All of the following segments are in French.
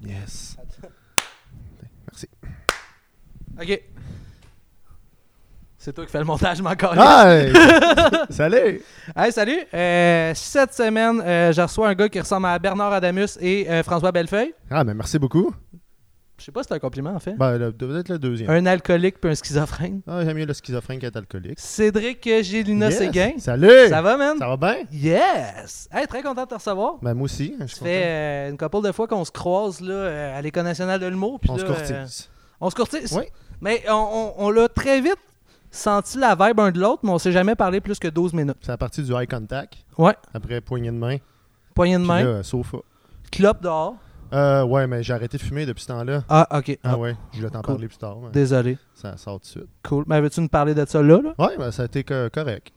Yes. Merci. OK. C'est toi qui fais le montage, mon collègue. Hey! Salut! Hey, salut! Euh, cette semaine, euh, je reçois un gars qui ressemble à Bernard Adamus et euh, François Bellefeuille. Ah, mais merci beaucoup. Je sais pas si c'est un compliment, en fait. Ben, le- peut-être le deuxième. Un alcoolique puis un schizophrène. Ah, j'aime mieux le schizophrène qu'être alcoolique. Cédric euh, Gélina Yes. Séguin. Salut! Ça va, man? Ça va bien? Yes! Hey, très content de te recevoir. Ben, moi aussi. Je suis Ça fait euh, une couple de fois qu'on se croise là, euh, à l'École nationale de l'humour. puis content. On se là, euh, courtise. on se courtise. Oui. Mais on, on- on l'a très vite senti la vibe un de l'autre, mais on s'est jamais parlé plus que 12 minutes. C'est à partir du eye contact. Ouais. Après poignée de main. Poignée de Puis main, là, euh, sofa. clope dehors. Euh, ouais, mais j'ai arrêté de fumer depuis ce temps-là. Ah, ok. Ah ouais, je voulais t'en cool. parler plus tard. mais Désolé. Ça sort tout de suite. Cool. Mais veux-tu nous parler de ça là? là? Ouais, ben, ça a été co- correct.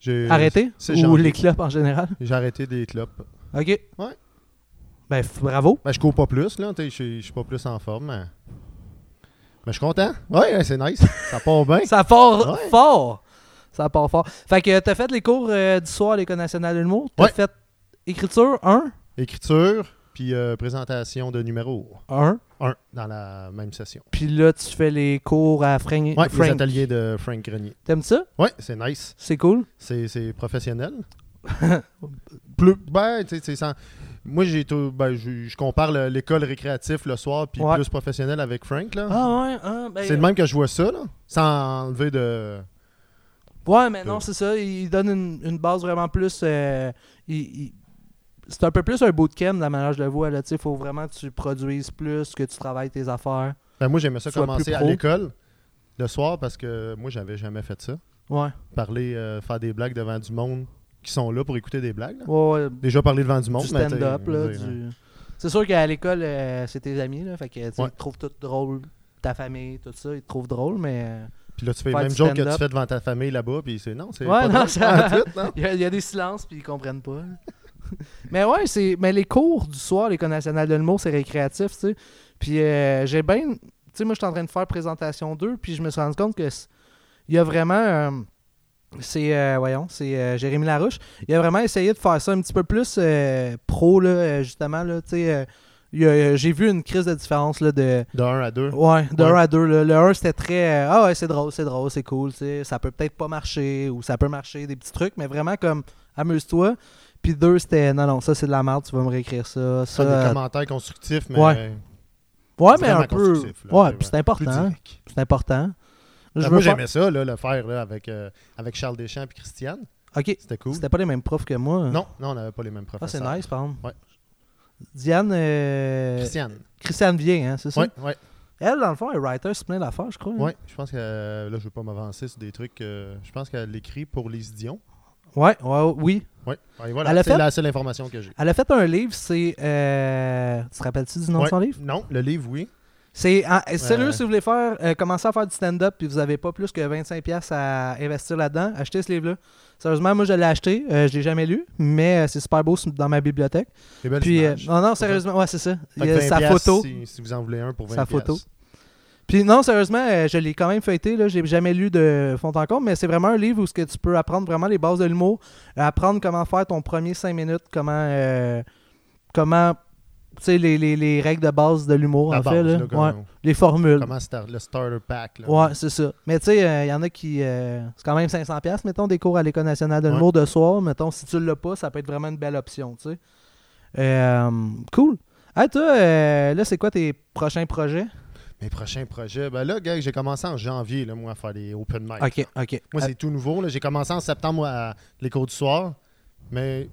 J'ai- Arrêté? Euh, c'est Ou gentil. les clopes en général? J'ai arrêté des clopes. Ok. Ouais. Ben, f- bravo. Ben, je cours pas plus, là. t'sais, Je suis je suis pas plus en forme, mais. Mais je suis content. Ouais, ouais, c'est nice. Ça part bien. Ça part Ouais. fort. Ça part fort. Fait que t'as fait les cours euh, du soir à l'École nationale de l'humour. T'as Ouais. fait écriture 1. Écriture, puis euh, présentation de numéro 1. 1 dans la même session. Puis là, tu fais les cours à Frank. Ouais, les Frank. ateliers de Frank Grenier. T'aimes ça? Ouais, c'est nice. C'est cool. C'est c'est professionnel. Plus, ben, tu sais, c'est sans- Moi, j'ai tout- ben, je, je compare le- l'école récréative le soir, puis Ouais. plus professionnel avec Frank, là. Ah ouais, ah, ben, c'est le même que je vois ça, là. Sans enlever de. Ouais, mais non, Euh. c'est ça. Il donne une, une base vraiment plus. euh, il- il- c'est un peu plus un bootcamp, la manière dont je le vois. Là, Tu sais, faut vraiment que tu produises plus, que tu travailles tes affaires. Ben, moi, j'aimais ça Sois plus commencer à pro. l'école le soir parce que moi, j'avais jamais fait ça. Ouais. Parler, euh, faire des blagues devant du monde qui sont là pour écouter des blagues. là. Ouais, ouais, Déjà parler devant du monde, du mais t'sais, stand-up, je là. veux dire, hein. du- C'est sûr qu'à l'école, euh, c'est tes amis, là. Fait que, tu sais, Ouais. ils te trouvent tout drôle. Ta famille, tout ça, ils te trouvent drôle, mais. euh, Puis là, tu fais les faire mêmes du jokes que tu stand-up. fais devant ta famille là-bas, puis c'est non, c'est Ouais, pas non, drôle, ça- en tout, non? Il y, a, il y a des silences, puis ils comprennent pas. mais ouais, c'est mais les cours du soir, l'École nationale de l'humour, c'est récréatif, tu sais. Puis euh, j'ai bien... Tu sais, moi, je suis en train de faire présentation 2, puis je me suis rendu compte que c- il y a vraiment... euh, c'est, euh, voyons, c'est euh, Jérémy Larouche. Il a vraiment essayé de faire ça un petit peu plus euh, pro, là, euh, justement, là, tu sais. euh, il y a- j'ai vu une crise de différence, là, de... De 1 à 2. Ouais, de Ouais. 1 à 2. Le 1, c'était très. euh, ah ouais, c'est drôle, c'est drôle, c'est cool. tu sais, Ça peut peut-être pas marcher ou ça peut marcher, des petits trucs, mais vraiment comme amuse-toi. Puis 2, c'était non, non, ça c'est de la merde, tu vas me réécrire ça. ça Ça, des euh, commentaires constructifs, mais Ouais. euh, ouais, mais vraiment un peu. constructifs, là, Ouais, c'est puis c'est vrai. important. plus hein, direct. C'est important. Je Ben, veux moi, pas- j'aimais ça, là, le faire là, avec, euh, avec Charles Deschamps et Christiane. Ok, C'était cool. c'était pas les mêmes profs que moi. Non, non, on n'avait pas les mêmes Ah, c'est professeurs. nice, par exemple. Ouais. Diane. euh, Christiane. Christiane Vien, hein, c'est ça? Oui, ouais, Elle, dans le fond, est writer, c'est plein d'affaires, je crois. hein. ouais. Je pense que euh, là, je ne veux pas m'avancer sur des trucs. euh, je pense qu'elle l'écrit pour Lise Dion. Ouais, ouais, oui. Ouais. Ouais, Elle a voilà, c'est fait- la seule information que j'ai. Elle a fait un livre, c'est. euh, Tu te rappelles-tu du nom Ouais. de son livre? Non, le livre, oui. C'est en- sérieux, ouais. si vous voulez faire euh, commencer à faire du stand-up puis vous avez pas plus que 25 pièces à investir là-dedans, achetez ce livre-là. Sérieusement, moi je l'ai acheté, euh, je l'ai jamais lu, mais euh, c'est super beau c'est dans ma bibliothèque. Les belles Puis euh, images. non non, sérieusement, ouais, c'est ça. ben, Fait Il y que a 20 sa piastres photo. Si, si vous en voulez un pour 20 Sa photo. piastres. Puis non, sérieusement, euh, je l'ai quand même feuilleté. Là. Je l'ai jamais lu de fond en comble, mais c'est vraiment un livre où ce que tu peux apprendre vraiment les bases de l'humour, apprendre comment faire ton premier 5 minutes, comment. euh, comment tu sais, les, les- les règles de base de l'humour, La en base, fait. là. là, Ouais. comment- les formules. Comment star- le starter pack. Là. Ouais, c'est ça. Mais tu sais, il y en a qui. euh, c'est quand même 500$, piastres, mettons, des cours à l'École nationale de Ouais. l'humour de soir. Mettons, si tu l'as pas, ça peut être vraiment une belle option, tu sais. Euh, cool. Hey, toi, euh, là, c'est quoi tes prochains projets? Mes prochains projets. Ben là, gars, j'ai commencé en janvier, là, moi, à faire des open mic. Ok, Euh, ok. Moi, c'est tout nouveau. là. J'ai commencé en septembre moi, à les cours du soir. Mais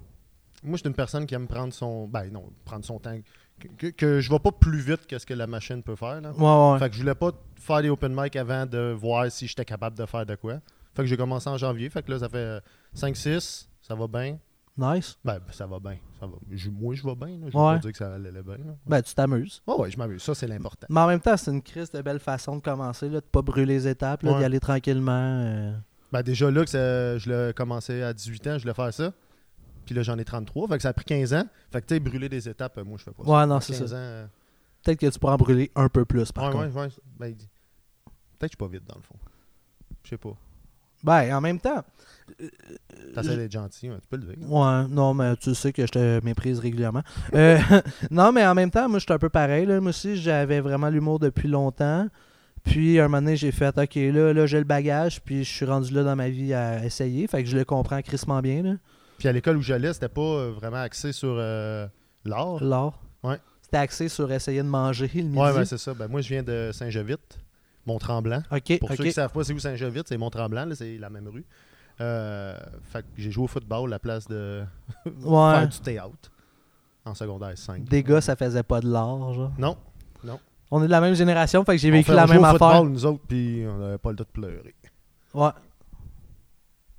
moi, je suis une personne qui aime prendre son. Ben non, prendre son temps. Que, que- que je ne vais pas plus vite que ce que la machine peut faire. Là. Ouais, ouais, ouais. Fait que je voulais pas faire des open mic avant de voir si j'étais capable de faire de quoi. Fait que j'ai commencé en janvier. Fait que là, ça fait 5-6. Ça va bien. Nice. Ben, ça va bien. Ça va. Je- moi, je vais bien. là. Je vais Ouais. pas dire que ça allait bien. là. Ben, tu t'amuses. Ouais, ouais, je m'amuse. Ça, c'est l'important. Mais en même temps, c'est une crise de belle façon de commencer, là, de pas brûler les étapes, là, Ouais. d'y aller tranquillement. euh. Ben déjà là, que ça- je l'ai commencé à 18 ans, je voulais faire ça. Puis là, j'en ai 33. Fait que ça a pris 15 ans. Fait que tu sais, brûler des étapes, euh, moi, je fais pas ça. Ouais, non, c'est 15 ça. ans. euh, Peut-être que tu pourras en brûler un peu plus, par ouais, contre. ouais, ouais. Ben, il dit- Peut-être que je suis pas vite, dans le fond. Je sais pas. Ben, en même temps. T'essaies d'être gentil, ouais, tu peux le dire. Ouais, non, mais tu sais que je te méprise régulièrement. Euh, non, mais en même temps, moi, je suis un peu pareil. Là. Moi aussi, j'avais vraiment l'humour depuis longtemps. Puis, un moment donné, j'ai fait OK, là, là j'ai le bagage, puis je suis rendu là dans ma vie à essayer. Fait que je le comprends crissement bien. Là. Puis à l'école où j'allais, c'était pas euh, vraiment axé sur euh, l'art. L'art. Ouais. C'était axé sur essayer de manger le midi. Ouais, ben, c'est ça. Ben, moi, je viens de Saint-Jovite, Mont-Tremblant. OK, Pour OK. ceux qui ne savent pas, c'est où Saint-Jovite, c'est Mont-Tremblant, là, c'est la même rue. Euh, fait que j'ai joué au football à la place de Ouais. faire du théâtre en secondaire 5. Des gars, ça faisait pas de l'art, genre. Non, On est de la même génération, fait que j'ai on vécu fait- la on jouait même au affaire. football, nous autres, puis on n'avait pas le droit de pleurer. Ouais.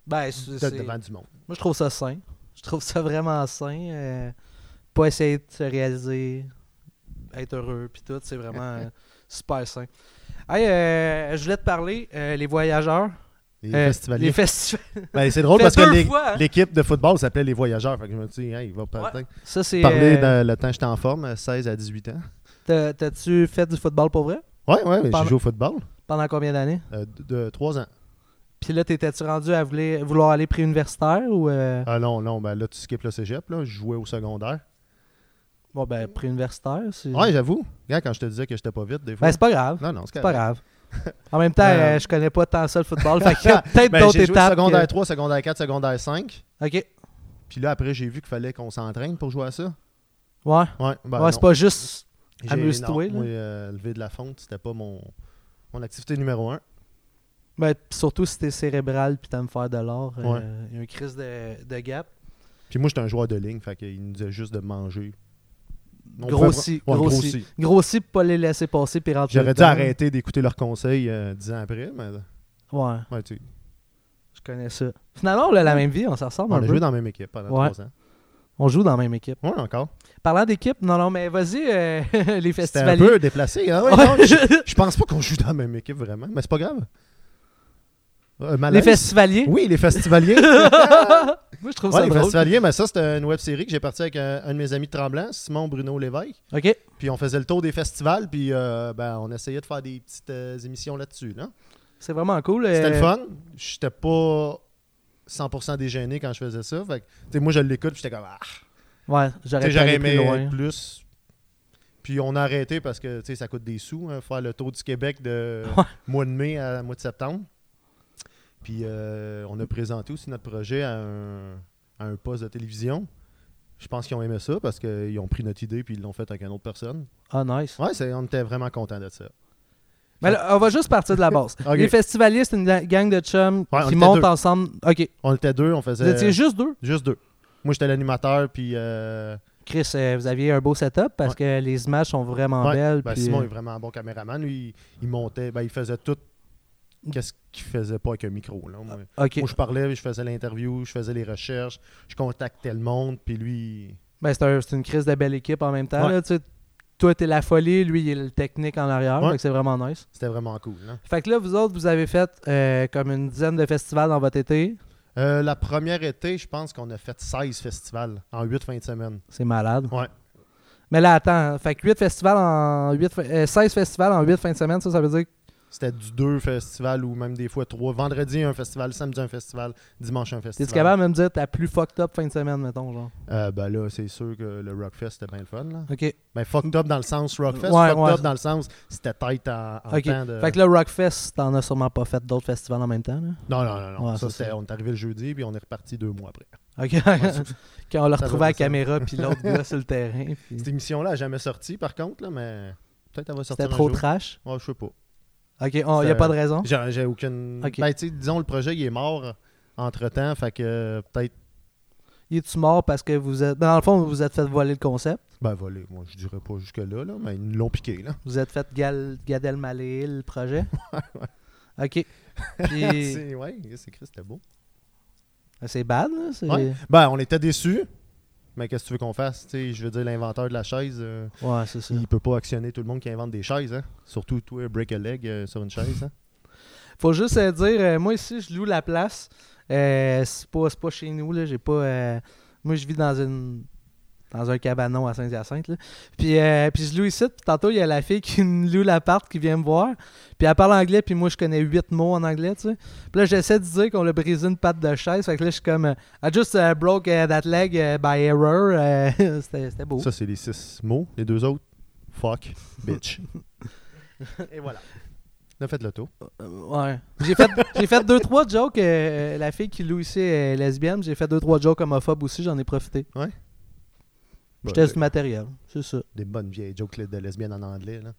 Ben, c'est. Peut-être c'est- devant du monde. Moi, je trouve ça sain. Je trouve ça vraiment sain. euh, pas essayer de se réaliser, être heureux, puis tout, c'est vraiment euh, super sain. Hey, euh, je voulais te parler, euh, les voyageurs. Les euh, festivaliers. Les festivals. Ben, c'est drôle Fait parce que deux l'é- fois, hein. l'équipe de football s'appelait les voyageurs. Fait que je me dis, hey, il va peut-être Ça, c'est. parler euh, dans le temps que j'étais en forme, euh, 16 à 18 ans. t'as- T'as-tu fait du football pour vrai Ouais, ouais, mais j'ai Pendant- joué au football pendant combien d'années euh, de, de 3 ans. Puis là, t'étais-tu rendu à vouloir, vouloir aller préuniversitaire ou. euh, Ah non, non, ben là, tu skippes le cégep, là. Je jouais au secondaire. Bon, ben, préuniversitaire, c'est. Ouais, j'avoue. Regarde, quand je te disais que j'étais pas vite, des Mm. fois. ben, c'est pas grave. non, non, c'est C'est pas correct. grave. En même temps, Euh, euh, je connais pas tant ça le football. fait qu'il y a peut-être Ben, d'autres j'ai joué étapes. secondaire que- 3, secondaire 4, secondaire 5. Ok. Puis là, après, j'ai vu qu'il fallait qu'on s'entraîne pour jouer à ça. Ouais. Ouais, ben ouais, non. c'est pas juste. J'ai- amuse-toi, non, là. Moi, euh, lever de la fonte, c'était pas mon, mon activité numéro un. Ben, pis surtout si t'es cérébral puis t'aimes faire de l'or, euh, Ouais. il y a un crise de, de gap. Puis moi, j'étais un joueur de ligne, fait qu'il nous disait juste de manger. On Grossi, pouvait prendre- ouais, grossi. ben, Grossi pour pas les laisser passer puis rentrer. J'aurais dû dedans. arrêter d'écouter leurs conseils euh, dix ans après, mais Ouais, ouais, tu sais, je connais ça. Finalement, on a la même vie, on s'en ressemble on un a peu. joué dans la même équipe pendant Ouais. trois ans. On joue dans la même équipe. Ouais, encore. Parlant d'équipe, non, non, mais vas-y, euh, les C'était un festivaliers. peu déplacé. Hein? Ouais, non, je, je pense pas qu'on joue dans la même équipe vraiment, mais c'est pas grave. Euh, les malaise. festivaliers. Oui, les festivaliers. Moi, je trouve Ouais, ça les drôle. festivaliers, mais ça, c'était une web série que j'ai parti avec un, un de mes amis de Tremblant, Simon Bruno Lévesque. Ok. Puis on faisait le tour des festivals, puis euh, ben, on essayait de faire des petites euh, émissions là-dessus. Là. C'est vraiment cool. C'était le euh, fun. J'étais pas 100% dégêné quand je faisais ça. Fait que, tu sais, moi, je l'écoute, puis j'étais comme ah, Ouais, Tu sais, j'aurais pu j'aurais aller aimé plus loin. être plus. Puis on a arrêté parce que tu sais, ça coûte des sous, hein, faire le tour du Québec de Ouais. mois de mai à mois de septembre. Puis euh, on a présenté aussi notre projet à un, à un poste de télévision. Je pense qu'ils ont aimé ça parce qu'ils ont pris notre idée puis ils l'ont fait avec une autre personne. Ah, nice. Ouais, c'est- on était vraiment contents de ça. Mais là, on va juste partir de la base. Ok. Les festivaliers, c'est une ga- gang de chums Ouais, on qui était montent deux. ensemble. Ok. On était deux, on Vous faisait étiez juste deux. juste deux. Moi, j'étais l'animateur, puis euh, Chris, euh, vous aviez un beau setup parce que les images sont vraiment Ouais. belles. ben, puis, Simon euh, est vraiment un bon caméraman. Lui, il, il montait, ben, il faisait tout qu'est-ce qu'il faisait pas avec un micro. Là, moi. OK. Moi, je parlais, je faisais l'interview, je faisais les recherches, je contactais le monde, puis lui. Ben, c'est un- c'est une crise de belle équipe en même temps. Ouais. là, tu sais. toi, t'es la folie, lui, il est le technique en arrière. Ouais. donc c'est vraiment nice. C'était vraiment cool. hein. Fait que là, vous autres, vous avez fait euh, comme une dizaine de festivals dans votre été. Euh, la première été, je pense qu'on a fait 16 festivals en 8 fins de semaine. C'est malade. Ouais. Mais là, attends, fait que 8 festivals en 8 fin- euh, 16 festivals en 8 fins de semaine, ça, ça veut dire que- C'était du deux festivals ou même des fois trois. Vendredi, un festival, samedi, un festival, dimanche, un festival. t'es-tu capable de me dire ta plus fucked up fin de semaine, mettons, genre. Euh, ben là, c'est sûr que le Rockfest, c'était bien le fun. Là. OK. Ben, fucked up dans le sens Rockfest, Ouais, fucked ouais. up dans le sens c'était tête en, en OK. temps de. Fait que là, Rockfest, t'en as sûrement pas fait d'autres festivals en même temps, là. Non, non, non. non. Ouais, ça, c'est c'était- ça. on est arrivé le jeudi, puis on est reparti deux mois après. OK. Ouais, c'est- Quand on le retrouvait Ça à la doit être caméra, puis l'autre gars sur le terrain. puis- Cette émission-là n'a jamais sorti, par contre, là, mais peut-être elle va sortir. C'était un trop jour. trash. Ouais, je sais pas. Ok, il n'y a C'était- pas de raison. J'ai j'ai aucune. Ok. Ben, tu sais, disons, le projet, il est mort entre temps, fait que euh, peut-être. Il est-tu mort parce que vous êtes. Dans le fond, vous vous êtes fait voler le concept. Ben, voler, moi, je dirais pas jusque-là, là, mais ils nous l'ont piqué, là. Vous êtes fait Gal... Gad Elmaleh, le projet. Ok. Puis. C'est- ouais, c'est Chris, c'était beau. c'est bad, là. c'est- Ouais. Ben, on était déçus, mais qu'est-ce que tu veux qu'on fasse? Tu sais, je veux dire, l'inventeur de la chaise, euh, Ouais, c'est ça. il peut pas actionner tout le monde qui invente des chaises, hein. Surtout, toi, break a leg euh, sur une chaise, hein. Faut juste euh, dire, euh, moi ici, je loue la place. Euh, c'est pas, c'est pas chez nous, là. J'ai pas. euh, Moi, je vis dans une. dans un cabanon à Saint-Hyacinthe. là. Puis, euh, puis je loue ici, puis tantôt, il y a la fille qui me loue l'appart qui vient me voir. Puis elle parle anglais, puis moi, je connais huit mots en anglais, tu sais. Puis là, j'essaie de dire qu'on a brisé une patte de chaise. Fait que là, je suis comme euh, « I just euh, broke euh, that leg euh, by error Euh, C'était c'était beau. Ça, c'est les six mots. Les deux autres, fuck, bitch. Et voilà. On a fait le tour. Euh, ouais. J'ai fait, j'ai fait deux, trois jokes. euh, la fille qui loue ici est lesbienne. J'ai fait deux, trois jokes homophobes aussi. J'en ai profité. Je Bah, teste du matériel. C'est ça. Des bonnes vieilles jokes de lesbiennes en anglais. Là.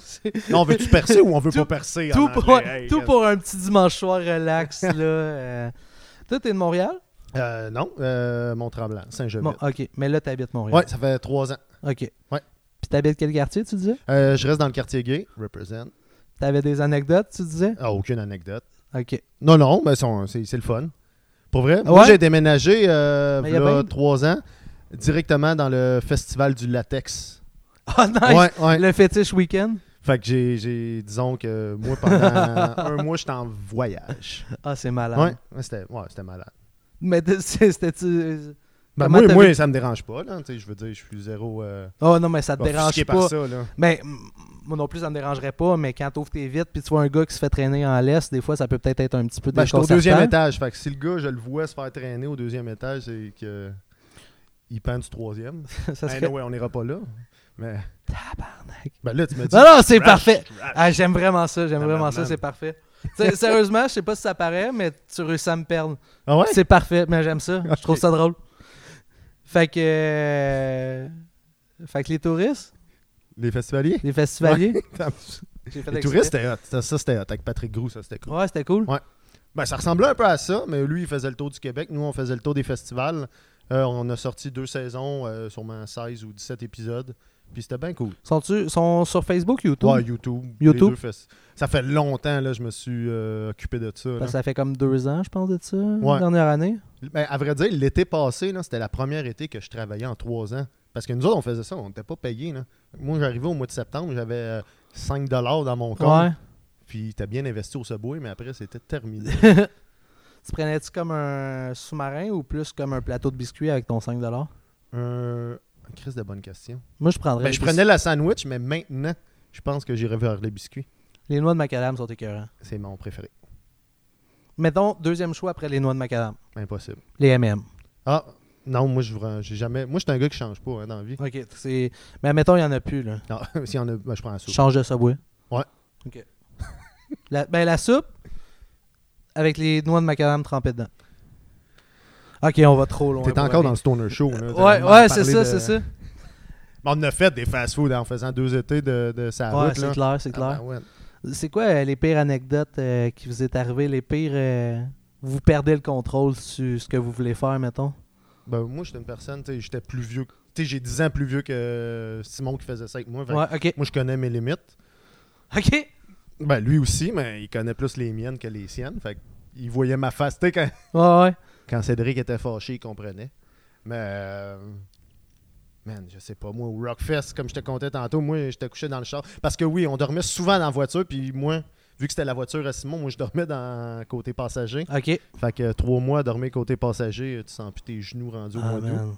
C'est- Non, on veut-tu percer ou on veut Tout- pas percer tout, en pour, anglais? Hey, tout man. pour un petit dimanche soir relax, là. euh. Toi, t'es de Montréal? Euh, non, euh, Mont-Tremblant, Bon, Saint-Germain. OK. Mais là, t'habites Montréal. ouais, ça fait trois ans. OK. Ouais. Puis t'habites quel quartier, tu disais? Euh, je reste dans le quartier gay. Represent. T'avais des anecdotes, tu disais? Ah, aucune anecdote. OK. Non, non, mais son- c'est c'est le fun. Pour vrai, moi Ouais. j'ai déménagé euh, Mais y a v'là bien- trois ans directement dans le festival du latex. Ah, nice! Ouais, ouais. Le fétiche week-end? Fait que j'ai, j'ai- disons que moi pendant un mois j'étais en voyage. Ah, c'est malade. Ouais, ouais, c'était, ouais, c'était malade. Mais t- c'est- c'était-tu... euh, Ben, Comment moi, t'as moi, vu- ça me dérange pas là. Tu sais, je veux dire, je suis zéro. Euh, Oh non, mais ça te dérange offusqué pas. par ça là. Mais mm, moi non plus, ça me dérangerait pas, mais quand t'ouvres tes vitres puis tu vois un gars qui se fait traîner en laisse, des fois, ça peut peut-être être un petit peu Ben, je suis au déconcertant. deuxième étage. Fait que si le gars, je le vois se faire traîner au deuxième étage, c'est que il pend du troisième. ça serait... Ben, ouais, on n'ira pas là. Mais Tabarnak. ben là, tu me dis. Ah Non, non, c'est Trash, parfait. trash. Ah, j'aime vraiment ça, j'aime Non, vraiment non, ça, non. c'est parfait. T'sais, sérieusement, je sais pas si ça paraît, mais tu réussis à me perdre. Ah ouais? C'est parfait, mais j'aime ça. Ok. Je trouve ça drôle. Fait que. euh, Fait que les touristes, Les festivaliers? les festivaliers. J'ai fait Les exprès. touristes, c'était hot. Ça, ça, c'était hot. Avec Patrick Groux, ça, c'était cool. Ouais, c'était cool. Ben, ça ressemblait un peu à ça, mais lui, il faisait le tour du Québec. Nous, on faisait le tour des festivals. Euh, on a sorti deux saisons, euh, sûrement 16 ou 17 épisodes. Puis c'était bien cool. Sont-tu sont sur Facebook ou YouTube? Ouais, YouTube. les YouTube. deux fes- Ça fait longtemps, là, je me suis euh, occupé de ça. là. Parce que ça fait comme deux ans, je pense, de ça, Ouais. dernière année. Ben, à vrai dire, l'été passé, là, c'était la première été que je travaillais en trois ans. Parce que nous autres, on faisait ça, on n'était pas payés. là. Moi, j'arrivais au mois de septembre, j'avais euh, 5 dans mon compte. Ouais. Puis t'as bien investi au Subway, mais après, c'était terminé. Tu prenais-tu comme un sous-marin ou plus comme un plateau de biscuits avec ton 5 Moi, Euh, Chris, de bonne question. je prendrais. Ben, le je bis- prenais la sandwich, mais maintenant, je pense que j'irai vers les biscuits. Les noix de macadam sont écœurants. C'est mon préféré. Mettons, deuxième choix après les noix de macadam. Impossible. Les MM. Ah, non, moi, je vra- j'ai jamais. Moi, j'étais un gars qui change pas hein, dans la vie. Ok, c'est. Mais mettons, il n'y en a plus, là. Non, s'il y en a, ben, je prends la soupe. Change de Subway. Ouais. OK. la, ben, la soupe avec les noix de macadam trempées dedans. OK, on va trop loin. T'es encore dans le Stoner Show. là. T'as Ouais, vraiment ouais, c'est parlé ça, de- c'est ça. Mais on a fait des fast-food en faisant deux étés de, de sa Ouais, route. c'est là. clair, c'est Ah, clair. ben ouais. C'est quoi euh, les pires anecdotes euh, qui vous est arrivées, les pires... euh, vous perdez le contrôle sur ce que vous voulez faire, mettons? Ben, moi, j'étais une personne, tu sais, j'étais plus vieux. que- Tu sais, j'ai 10 ans plus vieux que Simon qui faisait ça avec moi. Fait que Ouais, OK. Moi, je connais mes limites. OK! Ben, lui aussi, mais il connaît plus les miennes que les siennes. Fait que il voyait ma face. Tu sais, quand, Ouais, ouais. quand Cédric était fâché, il comprenait. Mais, euh, man, je sais pas, moi, au Rockfest, comme je te contais tantôt, moi, j'étais couché dans le char. Parce que oui, on dormait souvent dans la voiture, puis moi, vu que c'était la voiture à Simon, moi, je dormais dans côté passager. OK. Fait que euh, trois mois à dormir côté passager, tu sens plus tes genoux rendus au Ah, mois d'août. man.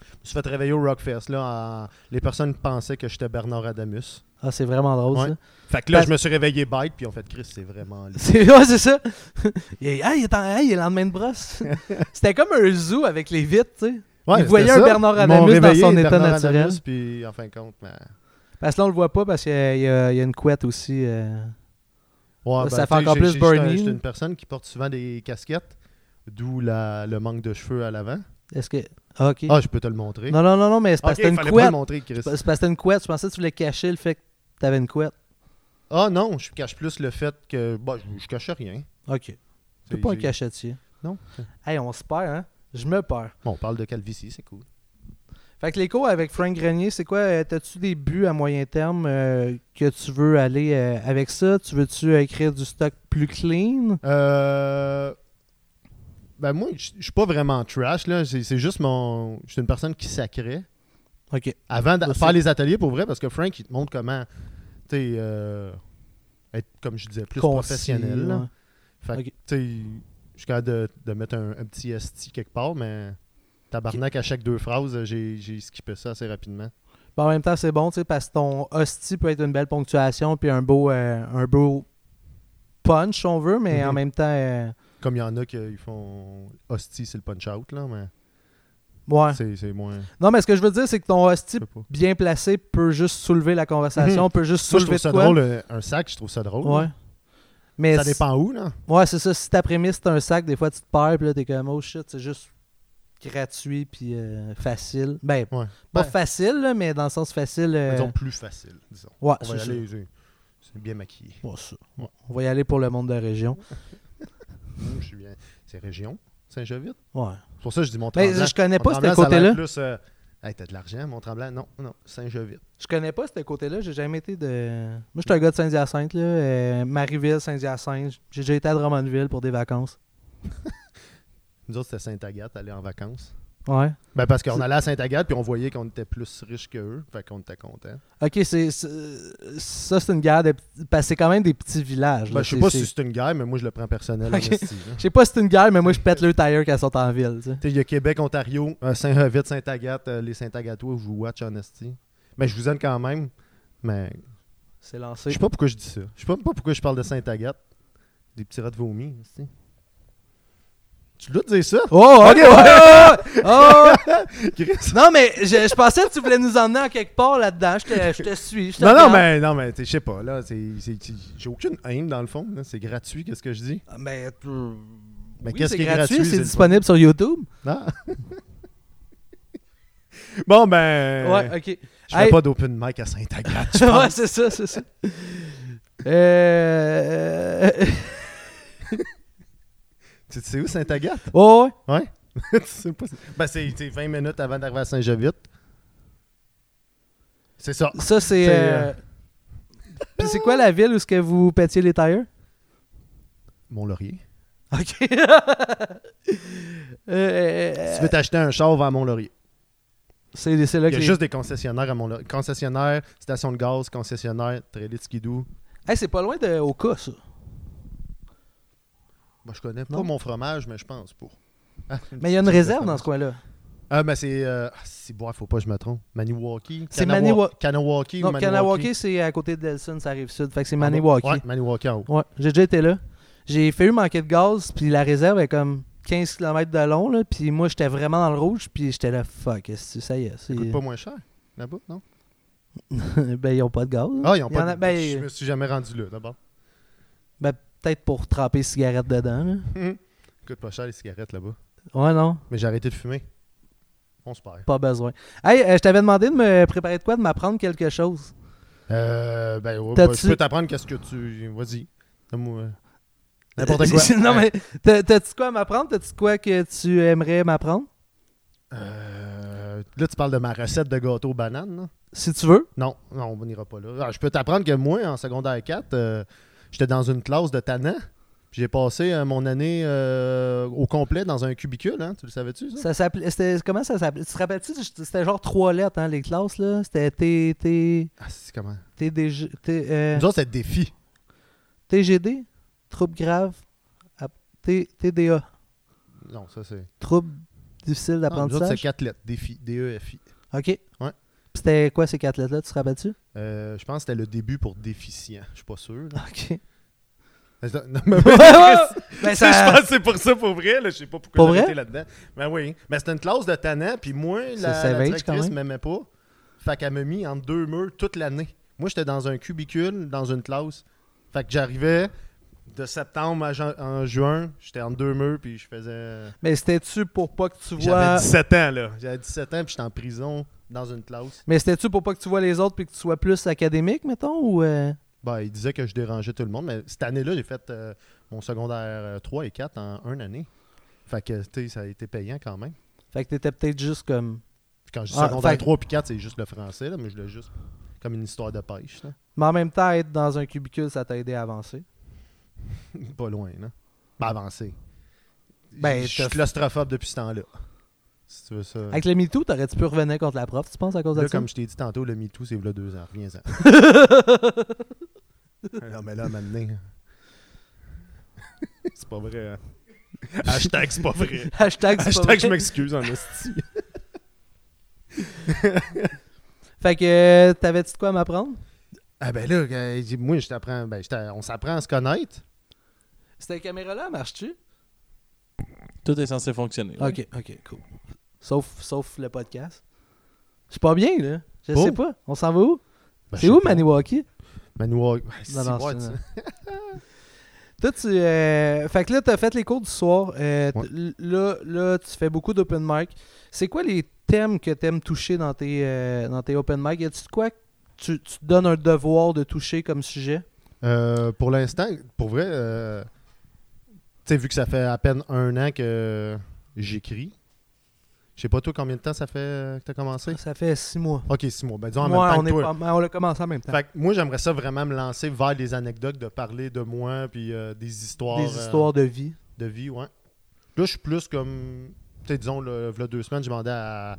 Je me suis fait réveiller au Rockfest, là. en- Les personnes pensaient que j'étais Bernard Adamus. Ah, c'est vraiment drôle, Ouais. ça. Fait que là, Parce- je me suis réveillé bête, puis en fait, Chris, c'est vraiment lui. C'est ouais, c'est ça. il, est, ah, il, est en, ah, il est le lendemain de brosse. C'était comme un zoo avec les vitres, tu sais. Ouais, Il voyait c'était un ça. Bernard Ils Adamus m'ont dans réveillé, son état Bernard naturel. Adamus, puis en fin de compte, ben, Parce que là, on le voit pas parce qu'il y, a- il y a il y a une couette aussi. euh. Ça ouais, ben, fait tu sais, encore j'ai- plus j'ai- j'étais un- Bernie. J'étais une personne qui porte souvent des casquettes, d'où la- le manque de cheveux à l'avant. Est-ce que. Ah, ok. Ah, je peux te le montrer. non, non, non, non, mais c'est Ok, parce que t'as fallait une pas le couette. montrer, Chris. C'est parce que t'as une couette. Je pensais que tu voulais cacher le fait que t'avais une couette. Ah non, je cache plus le fait que. bah, je, je cache rien. Ok. T'es C'est- pas un j'ai- cachetier. Non. Hey, on se perd, hein. Je me perds. Bon, on parle de calvitie, c'est cool. Fait que l'écho avec Frank Grenier, c'est quoi euh, T'as-tu des buts à moyen terme euh, que tu veux aller euh, avec ça Tu veux-tu euh, écrire du stock plus clean Euh, Ben moi, je je suis pas vraiment trash, là. C'est c'est juste mon. Je suis une personne qui sacrait. Ok. Avant de Bah, faire c'est- les ateliers pour vrai, parce que Frank, il te montre comment tu sais, euh, être, comme je disais, plus Concis, professionnel. là. ouais. Fait que, Ok. tu sais, je suis capable de, de mettre un, un petit ST quelque part, mais Tabarnak, à chaque deux phrases, j'ai j'ai skippé ça assez rapidement. Ben, en même temps, c'est bon, tu sais, parce que ton hostie peut être une belle ponctuation puis un beau, euh, un beau punch, si on veut, mais Mhm. en même temps, euh, Comme il y en a qui euh, ils font hostie, c'est le punch-out, là, mais ouais. c'est- c'est moins. Non, mais ce que je veux dire, c'est que ton hostie Je sais pas. Moi, bien placé peut juste soulever la conversation, peut juste Mm-hmm. je soulever de trouve ça quoi. drôle, euh, un sac, je trouve ça drôle. Ouais. là. Mais Ça c- dépend où, là. Ouais, c'est ça. Si ta prémisse, c'est un sac, des fois, tu te perds, puis là, t'es comme, oh shit, c'est juste gratuit, puis euh, facile. Ben, Ouais. pas Ben. facile, là, mais dans le sens facile. euh, Disons plus facile, disons. ouais, On va y c'est aller, j'ai- c'est bien maquillé. ça. Ouais, ça. Ouais. On va y aller pour le monde de la région. Hum, je suis bien. C'est région, Saint-Jovite. Ouais. C'est pour ça que je dis mon Mais tremblant. je connais pas Mon ce Tremblant, ça a côté-là. l'air plus, euh, hey, t'as de l'argent, mon tremblant? Non, non, Saint-Jovite. Je connais pas ce côté-là. J'ai jamais été de. Moi, j'étais un gars de Saint-Hyacinthe, là. euh, Marieville, Saint-Hyacinthe. J'ai déjà été à Drummondville pour des vacances. Nous autres, c'était Sainte-Agathe, aller en vacances. Ouais. Ben parce qu'on C'est- allait à Sainte-Agathe, puis on voyait qu'on était plus riches qu'eux, fait qu'on était contents. Ok, c'est. c'est- Ça, c'est une guerre de. Parce que c'est quand même des petits villages. Ben, là, je sais c'est- pas c'est- si c'est une guerre, mais moi, je le prends personnel. en Ok. esti, là. Je sais pas si c'est une guerre, mais moi, je pète le tire quand ils sont en ville, tu sais. Tu sais, Il y a Québec, Ontario, euh, Saint-Revite, Saint-Agathe, euh, les Saint-Agatois, je vous watch en esti. Mais je vous aime quand même, mais C'est je lancé. sais pas pourquoi je dis ça. Je sais pas, pas pourquoi je parle de Saint-Agathe. Des petits rats de vomi, esti. Tu dois dire ça? Oh, ok, ouais! ouais, ouais. Oh! Chris? Non, mais je, je pensais que tu voulais nous emmener en quelque part là-dedans. Je te, je te suis. je te Non, non, regarde. mais, non, mais t'sais, je sais pas, là, c'est- c'est- c'est- j'ai aucune haine dans le fond, là, c'est gratuit, qu'est-ce que je dis? Ah, Mais, euh, Mais oui, qu'est-ce c'est qui est gratuit, c'est C'est le disponible sur YouTube. Ah. bon, ben, Ouais, ok. je fais Hey. pas d'open mic à Saint-Agathe, je pense. ouais, c'est ça, c'est ça. Euh. Tu tu sais où Saint-Agathe? Oh, ouais. Ouais. tu sais pas. Ben, c'est c'est 20 minutes avant d'arriver à Saint-Jovite. C'est ça. Ça, c'est. C'est, euh, Puis c'est quoi la ville où est-ce que vous pétiez les tires? Mon laurier. Ok. Euh, Si tu veux t'acheter un char, va à Mont Laurier. c'est c'est là Il y que a les- juste des concessionnaires à Mont Laurier. Concessionnaire, station de gaz, concessionnaire, trailer de skidoo. Hey, c'est pas loin de Oka, ça. Moi, je connais pas Non. mon fromage, mais je pense pour. Ah, une Mais il y a une petite réserve dans référence. ce coin-là. Ah, mais c'est. Euh, ah, c'est bois, faut pas que je me trompe. Maniwaki. C'est Kanawa- Maniwa- Kanawaki ou Non, Maniwaki. Kanawaki, c'est à côté de Delson, ça arrive sud. Fait que c'est Ah Ouais, Maniwaki. Maniwaki en haut. Ouais, j'ai déjà été là. J'ai failli manquer de gaz, puis la réserve est comme 15 km de long, là, puis moi j'étais vraiment dans le rouge, puis j'étais là, fuck, est-ce que ça y est. c'est- Ça coûte pas moins cher là-bas, non? ben, ils ont pas de gaz. là. Ah, ils ont Il y en pas. a- de- ben, Je me suis jamais rendu là, d'abord. ben, peut-être pour tremper les cigarettes dedans. là. Coûte pas cher les cigarettes là-bas. Ouais, non, Mais j'ai arrêté de fumer. On se perd. pas besoin. Hey, euh, je t'avais demandé de me préparer de quoi, de m'apprendre quelque chose. Euh, ben, ouais, T'as-tu- bah, je peux t'apprendre qu'est-ce que tu. Vas-y. Donne-moi, euh, N'importe quoi. non, mais t'as- t'as-tu quoi à m'apprendre? T'as-tu quoi que tu aimerais m'apprendre? Euh, là, tu parles de ma recette de gâteau banane, là? Si tu veux. Non, non, on n'ira pas là. Ah, je peux t'apprendre que moi, en secondaire 4, euh, j'étais dans une classe de tannant. Puis J'ai passé euh, mon année euh, au complet dans un cubicule, hein? Tu le savais-tu, ça? Ça s'appelait. c'était- Comment ça s'appelait? Tu te rappelles-tu? C'était genre trois lettres, hein, les classes, là. C'était T. T. Ah, c'est comment? TDG T, euh, Nous autres, c'était défi. TGD? Trouble grave. ap- T, TDA. Non, ça, c'est. Trouble difficile Non, Ah, Nous autres, c'est d'apprentissage. 4 lettres. Défi. D-E-F-I. OK. Puis Ouais. C'était quoi ces quatre lettres-là? Tu te rappelles-tu? Euh, je pense que c'était le début pour déficient. Je suis pas sûr. là. OK. Non, mais- ben, Je ça. pense que c'est pour ça, pour vrai. Là. Je sais pas Pour pourquoi vrai? j'ai été là-dedans. Mais oui. Mais c'était une classe de tannant, puis moi, la, savage, quand la directrice même. m'aimait pas. Fait qu'elle m'a mis en deux murs toute l'année. Moi, j'étais dans un cubicule, dans une classe. Fait que j'arrivais de septembre à jan- en juin, j'étais en deux murs, puis je faisais... Mais c'était-tu pour pas que tu J'avais vois. 17 ans, là. J'avais 17 ans, puis j'étais en prison, dans une classe. Mais c'était-tu pour pas que tu vois les autres puis que tu sois plus académique, mettons? Ou. euh, Ben, il disait que je dérangeais tout le monde, mais cette année-là, j'ai fait euh, mon secondaire euh, 3 et 4 en une année. Fait que, tu sais, ça a été payant quand même. Fait que t'étais peut-être juste comme. Puis Quand je dis Ah, secondaire fait- 3 puis 4, c'est juste le français, là, mais je l'ai juste comme une histoire de pêche. là. Mais en même temps, être dans un cubicule, ça t'a aidé à avancer. Pas loin, là. Ben, avancé. Ben, je suis t'as- claustrophobe depuis ce temps-là. Si tu veux ça. Avec le MeToo, t'aurais-tu pu revenir contre la prof, tu penses, à cause de Là, ça? comme je t'ai dit tantôt, le MeToo, c'est là deux ans. Reviens-en. Ah non, mais là, maintenant. c'est pas vrai. hein. Hashtag, c'est pas vrai. Hashtag, c'est pas Hashtag, je vrai. m'excuse en esti. Fait que euh, t'avais-tu de quoi à m'apprendre? Ah ben là, euh, j'ai- moi, je t'apprends, ben, je t'a- on s'apprend à se connaître. Cette caméra-là, marche-tu? Tout est censé fonctionner. Ok, ok, cool. Sauf, sauf le podcast. Je suis pas bien, là. Je Bon. sais pas. On s'en va où? Ben, c'est je où sais pas. Maniwaki? Maniwaki. Ouais, Non, si, non, ouais, c'est- tu- Toi, tu. euh, fait que là, t'as fait les cours du soir. euh, t- Ouais. là, là, tu fais beaucoup d'open mic. C'est quoi les thèmes que t'aimes toucher dans tes, euh, dans tes open mic? Y a-tu de quoi que tu, tu te donnes un devoir de toucher comme sujet? Euh, pour l'instant, pour vrai, euh, tu sais, vu que ça fait à peine un an que j'écris, je sais pas toi combien de temps ça fait euh, que t'as commencé. Ça fait six mois. Ok, six mois. Ben disons en Moi, même temps on, que est toi. pas- on a commencé en même temps. Fait que moi, j'aimerais ça vraiment me lancer vers des anecdotes, de parler de moi, puis euh, des histoires, Des euh, histoires de vie. de vie, ouais. Là, je suis plus comme, tu sais, disons, le, v'là deux semaines, j'ai demandé à,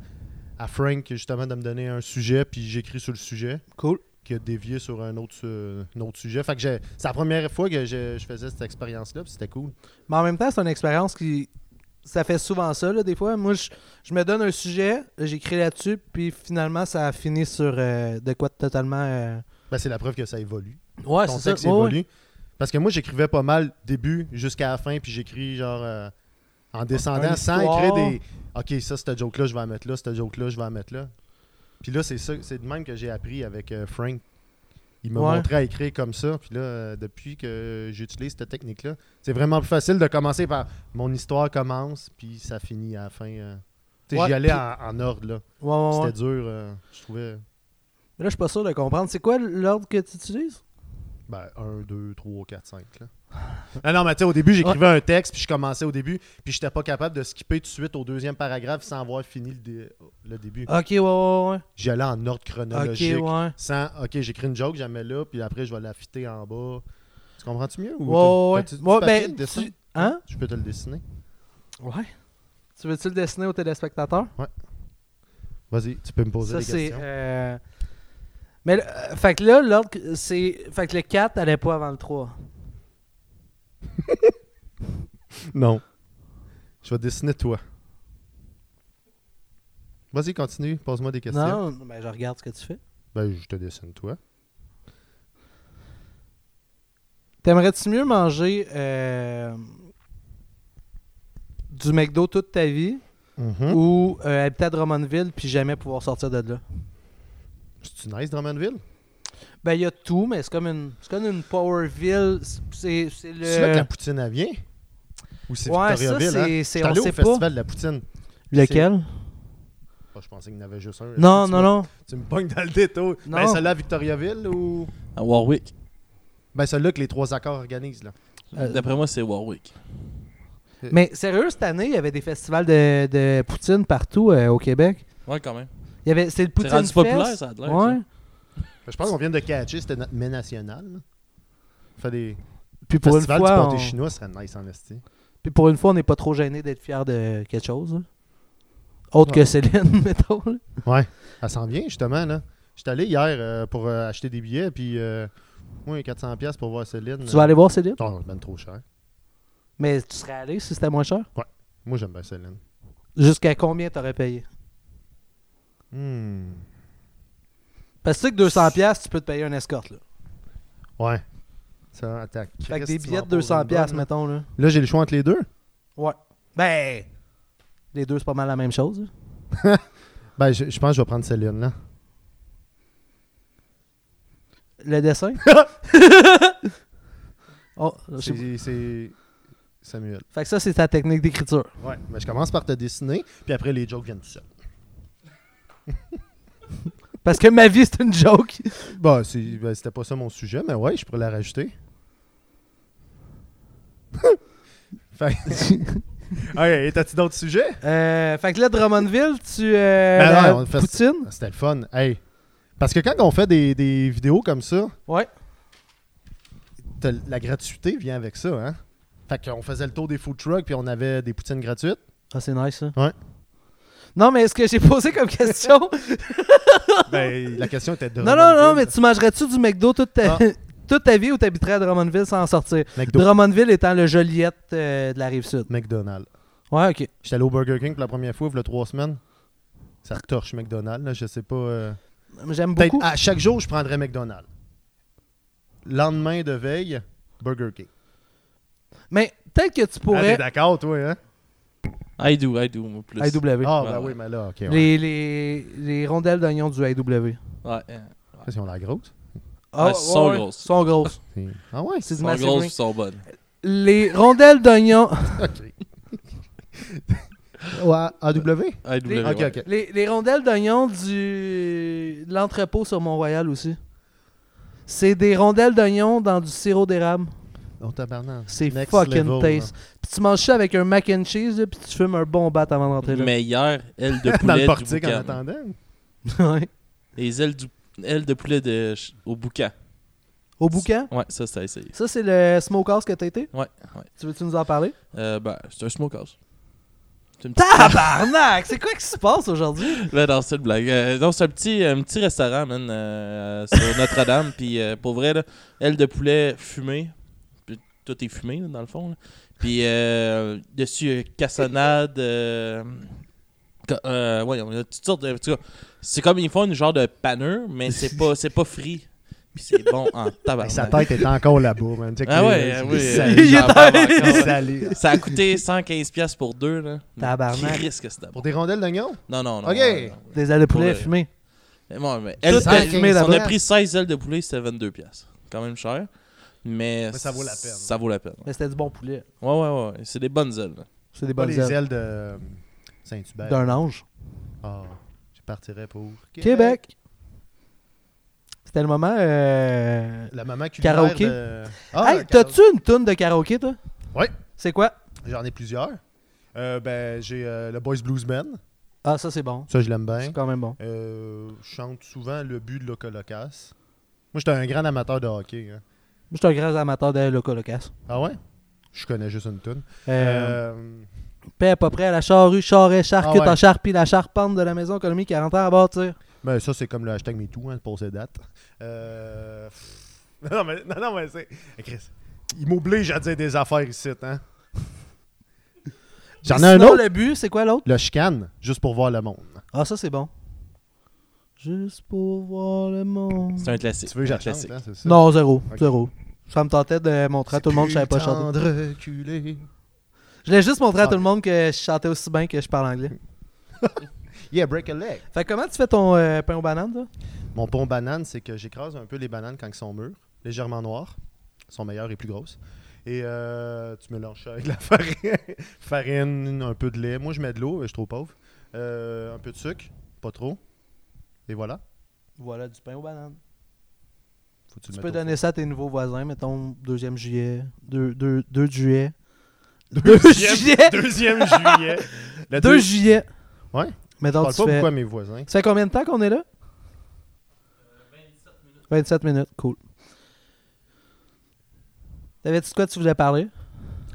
à Frank, justement, de me donner un sujet, puis j'écris sur le sujet, Cool. qui a dévié sur un autre, su- un autre sujet. Fait que j'ai- c'est la première fois que je, je faisais cette expérience-là, puis c'était cool. Mais en même temps, c'est une expérience qui. Ça fait souvent ça, là, des fois. Moi, je, je me donne un sujet, j'écris là-dessus, puis finalement, ça a fini sur euh, de quoi de totalement. euh, Ben, c'est la preuve que ça évolue. Ouais, Ton Ah, c'est texte ça. Ouais, ouais. évolue. Parce que moi, j'écrivais pas mal début jusqu'à la fin, puis j'écris genre euh, en descendant Une sans histoire. écrire des OK, ça, cette joke-là, je vais la mettre là, cette joke-là, je vais la mettre là. Puis là, c'est ça, c'est de même que j'ai appris avec euh, Frank. Il m'a Ouais. montré à écrire comme ça. Puis là, euh, depuis que j'utilise cette technique-là, c'est vraiment plus facile de commencer par mon histoire commence, puis ça finit à la fin. euh. Tu sais, Ouais, J'y allais puis- en, en ordre, là. Ouais, ouais, ouais. C'était dur, euh, je trouvais. Mais là, je suis pas sûr de comprendre. C'est quoi l'ordre que tu utilises? Ben, 1, 2, 3, 4, 5. Là. Non, non, mais tu sais, au début, j'écrivais un texte, puis je commençais au début, puis j'étais pas capable de skipper tout de suite au deuxième paragraphe sans avoir fini le, dé- le début. Ok, ouais, ouais, J'allais en ordre ouais. chronologique. Ah. Ok, ouais. Sans, OK, j'écris une joke, j'en mets là, puis après, je vais la fitter en bas. Tu comprends-tu mieux? Ou Ouais, ouais, t'as- t'as-tu du ouais. papier, ben, le dessin? tu- Hein? Je peux te le dessiner. Ouais. Tu veux-tu le dessiner aux téléspectateurs? Vas-y, tu peux me poser Ça, des c'est. questions. euh, Mais là, euh, fait que là, l'ordre, que- c'est. Fait que le 4 allait pas avant le 3. euh, Non. Je vais dessiner toi. Vas-y, continue, pose-moi des Non, questions. ben, je regarde ce que tu fais. Ben, je te dessine toi. T'aimerais-tu mieux manger euh, du McDo toute ta vie Mhm. ou euh, habiter à Drummondville puis jamais pouvoir sortir de là? C'est-tu nice, Drummondville? Ben, il y a tout, mais c'est comme une, c'est comme une Powerville. C'est, c'est le. C'est là que la poutine elle vient? Ou c'est Ouais, Victoriaville? ça, hein? c'est- J'étais c'est- on allé au sait pas. festival de la poutine. Lequel? Ah, je pensais qu'il y en avait juste un. Non, Tu non, me- non. Tu me pognes dans le détour. Non. Ben, celle-là à Victoriaville ou. À Warwick. Ben, celle-là que les trois accords organisent, là. Euh, D'après moi, c'est Warwick. Mais sérieux, cette année, il y avait des festivals de, de poutine partout euh, au Québec. Ouais, quand même. Il y avait, c'est le C'est Poutine rendu Fest. populaire, ça a de l'air. ouais. ça. Ben, Je pense qu'on vient de catcher, c'était notre mai national. là. Fait des Puis pour une festivals du fois, pâté on- chinois, ça serait nice en esti. puis pour une fois, on n'est pas trop gêné d'être fier de quelque chose. là. Autre que Ouais. Céline, mettons. là. Ouais, elle s'en vient justement, là. J'étais allé hier euh, pour euh, acheter des billets, puis euh, moi, 400$ piastres pour voir Céline. euh, Tu vas aller voir Céline, Non, c'est ben trop cher. mais tu serais allé si c'était moins cher. Moi, j'aime bien Céline. Jusqu'à combien t'aurais payé? Hmm. Parce que tu sais que 200$, piastres, tu peux te payer un escorte. Là. Ouais. Ça, attends. Fait que des Christ, tu billets m'en de poses une 200$, piastres, bonne, là. mettons. Là. Là, j'ai le choix entre les deux. Ouais. Ben, les deux, c'est pas mal la même chose. là. Ben, je, je pense que je vais prendre Céline, là. Le dessin? oh, je sais pas. C'est c'est Samuel. Fait que ça, c'est ta technique d'écriture. Ouais. Mais je commence par te dessiner, puis après, les jokes viennent tout seul. Parce que ma vie, c'est une joke. Bah, c'est- ben, c'était pas ça mon sujet, mais ouais, je pourrais la rajouter. fait OK, t'as-tu d'autres sujets? Euh, fait que là, Drummondville, tu. Euh, Ben la non, on fait- Poutine? C'était le fun. Hey. Parce que quand on fait des, des vidéos comme ça, Ouais. t'as- la gratuité vient avec ça, hein? Fait qu'on faisait le tour des food trucks, puis on avait des poutines gratuites. Ah, c'est nice, ça. Ouais. Non, mais est-ce que j'ai posé comme question? Ben, la question était de non, non, non, mais tu mangerais-tu du McDo toute ta, Ah. toute ta vie où t'habiterais à Drummondville sans en sortir. McDo. Drummondville étant le Joliette euh, de la rive sud. McDonald's. Ouais, ok. J'étais allé au Burger King pour la première fois, il y a trois semaines. Ça torche McDonald's, là, je sais pas. euh, J'aime peut-être beaucoup. à chaque jour, je prendrais McDonald's. Lendemain de veille, Burger King. Mais peut-être que tu Ah, t'es pourrais. d'accord, toi, hein? I do, I do, moi, plus. IW. Ah, Ouais, ben ouais. oui, mais là, ok. ouais. les, les, les rondelles d'oignon du IW. Ouais, euh, Parce qu'ils ont la grosse. Ah, elles sont grosses. sont grosses. C'est- Ah ouais? C'est du sont massive grosses ring. pis sont bonnes. Les rondelles d'oignon. Ou à- AW? I do, Les- Ok, ouais. ok. Les, les rondelles d'oignon du de l'entrepôt sur Mont-Royal aussi. C'est des rondelles d'oignon dans du sirop d'érable. Oh, tabarnak. C'est Next fucking level, taste. Puis tu manges ça avec un mac and cheese, là, puis tu fumes un bon bat avant d'entrer là. Mais hier, ailes de là. Dans poulet le du portique en boucan. attendant. Ouais. Les ailes, du... ailes de poulet de... ch- au boucan. Au boucan. Ouais, ça, c'est à essayer. Ça, c'est le smokehouse que t'as été. Ouais, ouais. Tu veux-tu nous en parler? Euh, ben, c'est un smokehouse. C'est une petite- Tabarnak! C'est quoi qui se passe aujourd'hui? Là, dans cette blague. Euh, non, Ben, c'est un petit, un petit restaurant, man, euh, sur Notre-Dame. Puis, euh, pour vrai, là, aile de poulet fumée. Puis, tout est fumé, là, dans le fond. là. Puis, euh, dessus, euh, cassonade. Euh, ca- euh, voyons, là, toutes sortes de. en tout cas, C'est comme ils font une genre de panure, mais c'est pas, c'est pas frit. Puis, c'est bon en Hey, Sa tabarnak. tête est encore là-bas, man. Check Ah les- ouais, ah les oui. salés. Il est j'en parle allé. encore, là. Salés. Ça a coûté 115$ piastres pour deux, là. Tabarnak. Qui risque, c'est d'abord. Pour des rondelles d'oignon? Non, non, non. Ok. non, non. Des ailes de poulet Ouais. fumées. Mais bon, mais Tout elle, est elle- fumé on là-bas. a pris 16 ailes de poulet, c'était 22 pièces. Quand même cher. Mais, Mais ça vaut la peine. Ça vaut la peine. Mais c'était du bon poulet. Ouais, ouais, ouais. C'est des bonnes ailes. là. C'est des Pas bonnes les ailes. ailes de euh, Saint-Hubert. D'un ange. Ah, je partirais pour Québec. C'était le moment. euh, La maman culinaire Karaoké. de- Ah, hey, le t'as-tu une toune de karaoké, toi? Ouais. C'est quoi? karaoké. J'en ai plusieurs. Euh, ben, j'ai euh, le Boys Bluesman. Ah, ça, c'est bon. Ça, je l'aime bien. C'est quand même bon. Euh, je chante souvent le but de l'Ocolocasse. Moi, j'étais un grand amateur de hockey. hein. Moi, je suis un grand amateur de Locolocas. Ah ouais? Je connais juste une toune. Euh, Euh, Paix à peu près à la charrue, charret, charcute Ah ouais. en charpie, la charpente de la maison économique 40 ans à bâtir. ben, ça, c'est comme le hashtag MeToo, hein, pour ces dates. Euh, pff, Non, mais, non, non, mais c'est... Eh, Chris, il m'oblige à dire des affaires ici, hein? J'en ai un Sinon, autre. le but, c'est quoi l'autre? Le chicane, juste pour voir le monde. Ah, ça, c'est bon. Juste pour voir le monde. C'est un classique. Tu veux que hein? un j'achète, classique. c'est ça? Non, zéro. Ok. Zéro. Ça me tentait de montrer à tout le monde que je savais pas chanter. Tendre culé. Je voulais juste montrer à Ah. tout le monde que je chantais aussi bien que je parle anglais. Yeah, break a leg. Fait que comment tu fais ton euh, pain aux bananes, toi? Mon pont banane, c'est que j'écrase un peu les bananes quand elles sont mûres, légèrement noires. Elles sont meilleures et plus grosses. Et euh, tu mélanges ça avec la farine, farine, un peu de lait. Moi, je mets de l'eau, je suis trop pauvre. Euh, un peu de sucre, pas trop. Et voilà. Voilà, du pain aux bananes. Faut que Tu le peux mettes au donner ça à tes nouveaux voisins, mettons, 2e juillet, 2, 2, 2 juillet. four. 2 juillet! Deuxième juillet. 2 Le deux- juillet! Ouais. Mais Je donc, parle tu pas fais... beaucoup à mes voisins. Ça fait combien de temps qu'on est là? 27 minutes. 27 minutes, cool. T'avais-tu de quoi tu voulais parler?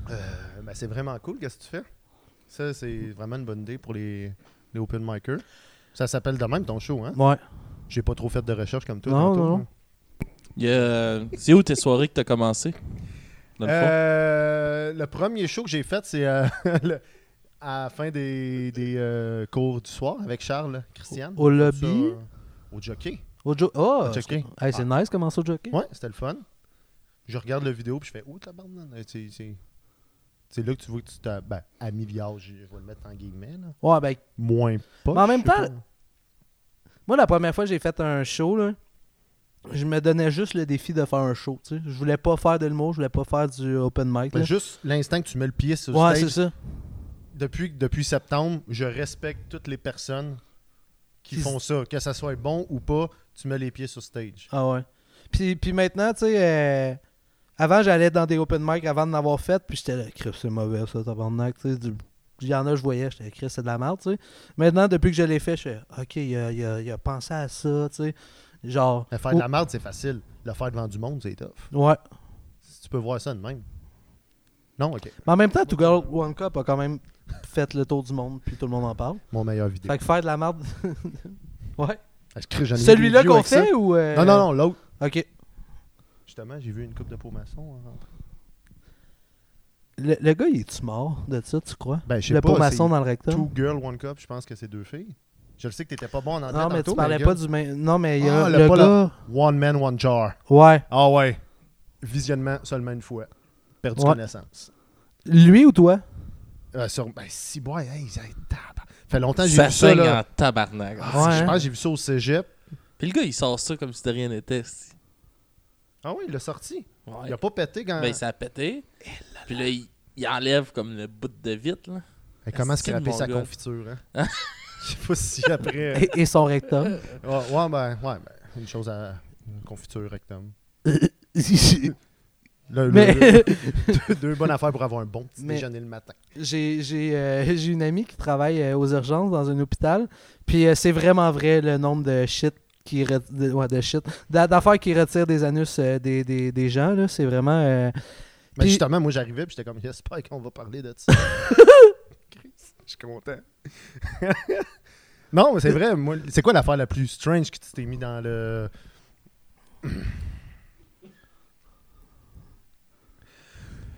Euh, ben, c'est vraiment cool, qu'est-ce que tu fais? Ça, c'est vraiment une bonne idée pour les, les open micers. Ça s'appelle de même ton show, hein? Ouais. J'ai pas trop fait de recherche comme toi. Non, tantôt, non. moi. Il y a, euh, C'est où tes soirées que t'as commencé? Dans le fond. Euh, le premier show que j'ai fait, c'est euh, le- à la fin des, des, euh, cours du soir avec Charles, Christiane. Au Ça, lobby? euh, au jockey. Au jo- Oh! Au jockey. Ah. Hey, c'est nice comment ça au jockey. Ouais, c'était le fun. Je regarde la vidéo puis je fais « Oh, la bande, c'est c'est- c'est là que tu vois que tu t'as... Ben, à milliard, je vais le mettre en guillemets, là. Ouais, ben, Moins pas. Mais en même je sais temps, moi, la première fois que j'ai fait un show, là, je me donnais juste le défi de faire un show. tu sais. Je voulais pas faire de l'humour, je voulais pas faire du open mic. pas. là. Mais Ben, juste l'instant que tu mets le pied sur le Ouais, c'est stage, ça. depuis, depuis septembre, je respecte toutes les personnes qui Qui s- font ça. Que ça soit bon ou pas, tu mets les pieds sur stage. Ah ouais. Puis, puis maintenant, tu sais, euh, avant, j'allais dans des open mic avant de l'avoir fait, puis j'étais là, Chris, c'est mauvais ça, tabarnak. Tu sais, du- il y en a, je voyais, j'étais, Chris, c'est de la merde, tu sais. Maintenant, depuis que je l'ai fait, je fais, OK, il a, il a- il a pensé à ça, tu sais. Genre. Mais faire de la merde, c'est facile. Le faire devant du monde, c'est tough. Ouais. Si tu peux voir ça de même. Non, ok. Mais en même temps, To Girl One Cup a quand même fait le tour du monde, puis tout le monde en parle. Mon meilleur vidéo. Fait que faire de la merde. ouais. Ah, je crie, j'en ai eu des Celui-là views qu'on avec ça. fait ou. euh, Non, non, non, l'autre. Ok. Je Justement, j'ai vu une coupe de hein. peau maçon en rentrant. Le, le gars, il est-tu mort de ça, tu crois? Ben, je sais Le pot pas. maçon c'est dans le rectum? Two girl, one cup, je pense que c'est deux filles. Je le sais que t'étais pas bon en anglais Non, mais tantôt, tu parlais le pas gars- du même. Non, mais il y a Ah, le, le pas gars. là. One man, one jar. Ouais. Ah ouais. Visionnement seulement une fois. Perdu Ouais. connaissance. Lui ou toi? Euh, sur, ben, si, boy, hey, ça tabar- fait longtemps que j'ai Ça vu ça. saigne Là. en tabarnak. Ah, Ouais, Je hein. pense que j'ai vu ça au cégep. Puis le gars, il sort ça comme si de rien n'était. c'est- Ah oui, il l'a sorti. Ouais. Il a pas pété quand. Ben, ça a pété. Puis là, il, il enlève comme le bout de vitre, là. Hey, Ben, comment est-ce Asti qu'il de a appelé mon sa gars. confiture, hein? Je sais pas si après. euh, Et, et son rectum. ouais, ouais, ben, ouais, ben, une chose à. Une confiture rectum. Là, là, là, mais deux, deux bonnes affaires pour avoir un bon petit Mais- déjeuner le matin. j'ai j'ai, euh, j'ai une amie qui travaille euh, aux urgences dans un hôpital. Puis euh, c'est vraiment vrai le nombre de shit qui re- de, ouais, de shit d'a- d'affaires qui retirent des anus euh, des, des, des gens là c'est vraiment euh, Mais Puis- justement, moi j'arrivais, puis j'étais comme, j'espère qu'on va parler de ça. Chris, Je suis content. non, mais c'est vrai, moi, c'est quoi l'affaire la plus strange que tu t'es mis dans le.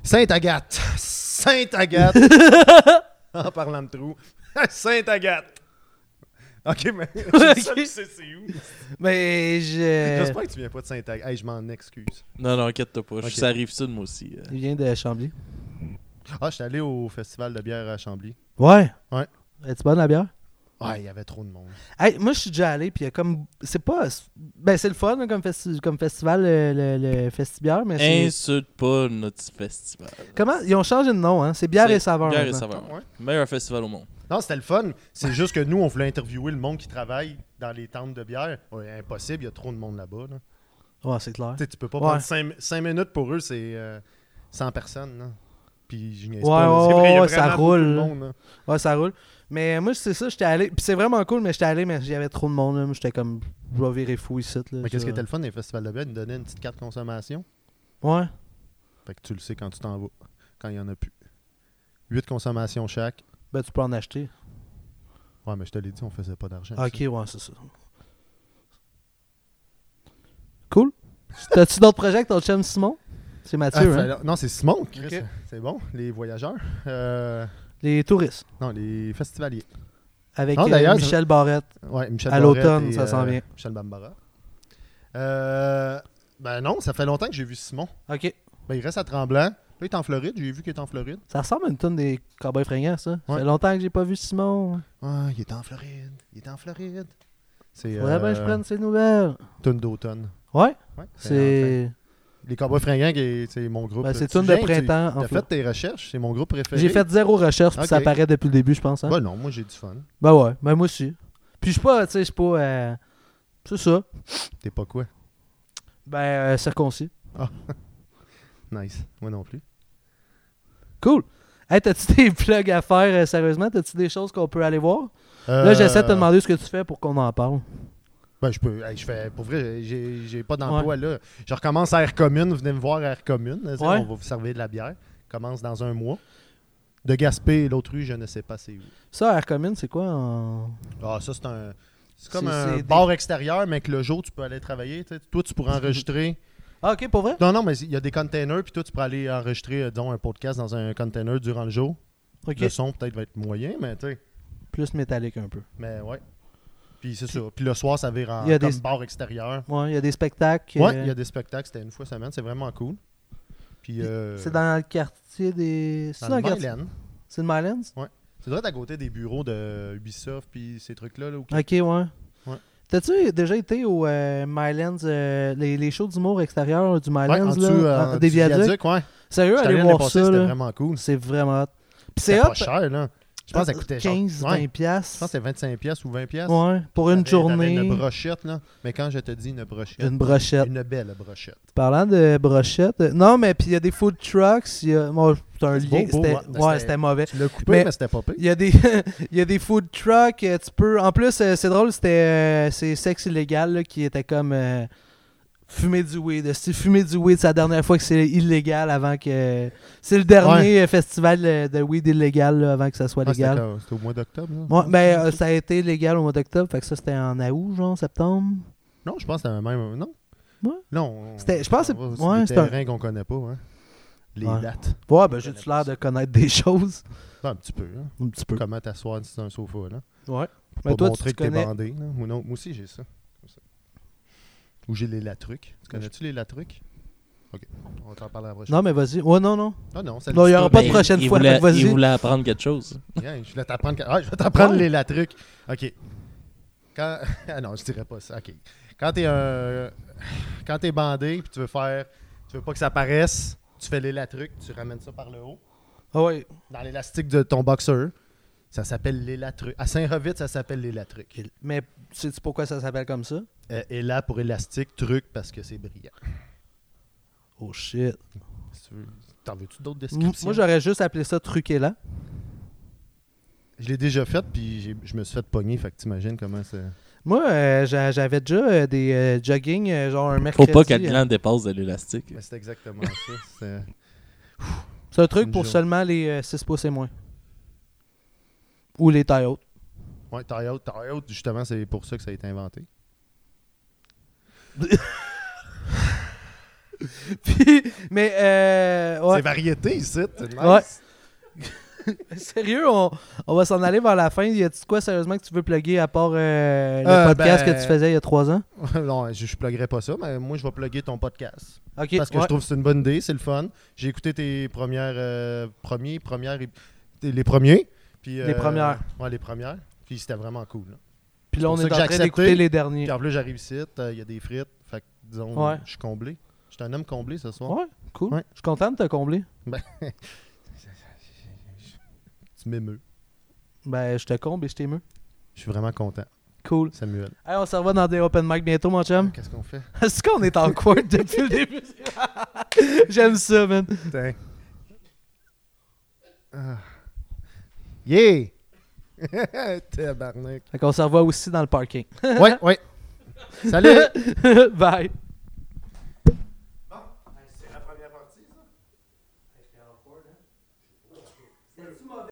Sainte-Agathe! Sainte-Agathe! en parlant de trou. Sainte-Agathe! Ok, mais je Ok. sais Euh. plus c'est c'est où. mais je J'espère que tu viens pas de Sainte-Agathe. Hey, je m'en excuse. Non, non, inquiète-toi pas. je- Ok. Ça arrive ça de moi aussi. euh. il vient de Chambly Ah, je suis allé au festival de bière à Chambly. ouais Ouais. es-tu bonne la bière Ouais, Ah, il y avait trop de monde. Hey, moi, je suis déjà allé, puis il y a comme. C'est pas. c'est- Ben, c'est le fun là, comme, festi- comme festival, le, le- le festibière, mais c'est. Insulte pas notre festival. Comment Ils ont changé de nom, hein C'est bière C'est et saveur. Bière et maintenant. saveur. Ah, Ouais. Meilleur festival au monde. Non, c'était le fun. C'est juste que nous, on voulait interviewer le monde qui travaille dans les tentes de bière. Ouais, impossible, il y a trop de monde là-bas. là. Ouais, c'est clair. Tu sais, tu peux pas Ouais. prendre 5, minutes pour eux, c'est euh, 100 personnes. là. Puis je niaise Ouais, pas, là. C'est ouais, vrai, il y a ouais, ça vraiment beaucoup roule, de là. monde, là. Ouais, ça roule. Mais moi, c'est ça, j'étais allé. Puis c'est vraiment cool, mais j'étais allé, mais il y avait trop de monde, là. Moi, j'étais comme. Je vais virer fou ici, là. Mais qu'est-ce qui Ça- était le fun des festivals de bière? Ils nous donnaient une petite carte consommation. Ouais. Fait que tu le sais quand tu t'en vas, quand il y en a plus. 8 consommations chaque. Ben, tu peux en acheter. Ouais, mais je te l'ai dit, on faisait pas d'argent. Ok, ouais, c'est ça. Cool. T'as-tu d'autres projets avec ton chum Simon C'est Ah, Mathieu, hein fallait- Non, c'est Simon. Chris. Ok. C'est bon, les voyageurs. Euh, Les touristes. Non, les festivaliers. Avec Non, euh, d'ailleurs, ça- Michel Barrette. Ouais, Michel À Barrette l'automne, et, ça s'en euh, vient. Michel Bambara. Euh, ben non, ça fait longtemps que j'ai vu Simon. Ok. Ben, il reste à Tremblant. Là, il est en Floride. J'ai vu qu'il est en Floride. Ça ressemble à une tonne des cowboys fringants, ça. Ça Ouais. fait longtemps que j'ai pas vu Simon. Ah, il est en Floride. Il est en Floride. C'est Faudrait bien que je prenne ses nouvelles. Tune d'automne. Ouais, Ouais, c'est. enfin, les Cowboys Fringants, qui est- c'est mon groupe. Ben, c'est Tu Tune de viens, tu- printemps, en T'as Floride. fait tes recherches. C'est mon groupe préféré. J'ai fait hein. zéro recherche, puis ça Ok. apparaît depuis le début, je pense. Hein? Ben non, moi j'ai du fun. Ben ouais, ben moi aussi. Puis je suis pas, tu sais, je suis pas. euh, C'est ça. T'es pas quoi? Ben, euh, circoncis. Nice. Moi non plus. Cool. Hey, t'as-tu des plugs à faire, euh, sérieusement? T'as-tu des choses qu'on peut aller voir? Là, j'essaie de te Euh, demander ce que tu fais pour qu'on en parle. Ben, je peux. hey, je fais, pour vrai, j'ai j'ai pas d'emploi là. Je recommence à Air Commune. Venez me voir à Air Commune. là, tu sais, Ouais. On va vous servir de la bière. Commence dans un mois. De Gaspé, l'autre rue, je ne sais pas c'est où. Ça, Air Commune, c'est quoi? en- Ah, ça, c'est un. C'est comme C'est- un c'est bar extérieur, mais que le jour, tu peux aller travailler. tu sais. Toi, tu pourras enregistrer. Ah, ok, pour vrai? Non, non, mais il y a des containers, puis toi, tu pourras aller enregistrer, euh, disons, un podcast dans un container durant le jour. Ok. Le son, peut-être, va être moyen, mais tu sais. Plus métallique un peu. Mais ouais. Puis c'est ça. Puis le soir, ça vire en Il y a comme des- bar extérieur. Ouais, il y a des spectacles. Ouais, euh, il y a des spectacles, c'était une fois semaine, c'est vraiment cool. Puis euh, C'est dans le quartier des. C'est dans dans le le quartier. Maryland. C'est le Mylands? C'est vrai à côté des bureaux de Ubisoft puis ces trucs-là. Là, où- Ok, ouais. Ouais. T'as-tu déjà été au euh, Mylands, euh, les, les shows d'humour extérieurs du Mylands, Ouais, en dessous, là, euh, en- du des viaducs? viaduc, ouais. Sérieux, J'étais allé allez l'année voir passée, ça, c'était là. vraiment cool. C'est vraiment hot. Puis c'est C'était hop, pas cher, là. Je pense que ça coûtait genre- 15, 20 ouais, Je piastres. pense que c'était 25 pièces ou 20 pièces. ouais, pour une journée, Une brochette, là. Mais quand je te dis une brochette, une brochette. une belle brochette. Parlant de brochette, euh, non, mais puis il y a des food trucks, il y a... Moi, c'est un C'est lien, beau, hein. beau, c'était... ouais. Mais ouais, c'était- c'était mauvais. Tu l'as coupé, Mais- mais, c'était pas pire. Il y, a des, il y a des food trucks, euh, tu peux... En plus, euh, c'est drôle, c'était euh, c'est Sexe Illégal là, qui était comme... euh, fumer du weed. C'est fumer du weed, c'est la dernière fois que c'est illégal avant que... C'est le dernier euh, festival euh, de weed illégal là, avant que ça soit Ouais, Ah, c'était légal. quand- c'était au mois d'octobre, là. Ouais, ben, euh, ça a été légal au mois d'octobre, fait que ça, c'était en août, genre, septembre. Non, je pense que c'était même. Non. moi. Non. C'était- je pense que c'est- ouais, c'est c'est des un- terrains qu'on connaît pas. hein. Les Ouais. dates. Ouais, ben j'ai-tu l'air de connaître des choses? Non, un petit peu. hein. Un petit peu. Comment t'asseoir sur un sofa. Là. Ouais. Pour Mais pas toi, tu, montrer tu que t'es connais. bandé. là. Moi, non, moi aussi, j'ai ça. Comme ça. Ou j'ai les latrucs. Tu connais-tu les latrucs? OK. On t'en parle la prochaine Non, mais vas-y. Ouais, non, non. fois. Non, non, ça Non, il le dit y aura pas de Ben, prochaine il fois, voulait- fait que vas-y. Il voulait apprendre quelque chose. Hein, je voulais t'apprendre, ah, je vais t'apprendre Ouais. les la truc. OK. Quand... Ah non, je dirais pas ça. OK. Quand t'es un... Quand t'es bandé puis tu veux faire... Tu veux pas que ça paraisse, tu fais les la truc, tu ramènes ça par le haut Ah ouais. dans l'élastique de ton boxeur. Ça s'appelle l'élatruc. À Saint-Rovite, ça s'appelle l'élatruc. Mais sais-tu pourquoi ça s'appelle comme ça? Euh, et là, pour élastique, truc, parce que c'est brillant. Oh shit. Si tu veux- T'en veux-tu d'autres M- descriptions? Moi, j'aurais juste appelé ça truqué là. je l'ai déjà fait, puis j'ai- je me suis fait pogner. Fait que t'imagines comment c'est... Moi, euh, j'a- j'avais déjà euh, des euh, jogging, euh, genre un Faut mercredi. pas qu'elle euh, glande dépasse de l'élastique. Mais c'est exactement ça. c'est- C'est un truc Une pour journée. seulement les euh, 6 pouces et moins. Ou les tailles hautes. Ouais, tie out, tie out, justement, c'est pour ça que ça a été inventé. Puis, mais, euh, ouais. C'est variété ici, c'est nice. Ouais. Sérieux, on, on va s'en aller vers la fin. Y a-tu de quoi sérieusement que tu veux plugger à part euh, le Euh, podcast ben- que tu faisais il y a 3 ans? non, je, je pluguerai pas ça, mais moi je vais plugger ton podcast. Ok, Parce que ouais. je trouve que c'est une bonne idée, c'est le fun. J'ai écouté tes premières euh, premiers, premières ép- tes- les premiers. Puis, euh, premières. Ouais, les premières. Puis c'était vraiment cool. là. Puis là, c'est on pour est en ça que train j'ai accepté. d'écouter les derniers. Puis en plus j'arrive ici, euh, il y a des frites. Fait que disons, Ouais. je suis comblé. Je suis un homme comblé ce soir. Ouais, cool. Ouais. Je suis content de te combler. Tu m'émeus. Ben, je te comble et je t'émeux. Je suis vraiment content, Cool. Samuel. Hey, on se revoit dans des open mic bientôt, mon chum. Qu'est-ce qu'on fait? Est-ce qu'on est en court depuis le début? J'aime ça, man. Putain. Ah. Yeah! Tabarnak. Fait qu'on se revoit aussi dans le parking. Ouais, ouais. Salut! Bye.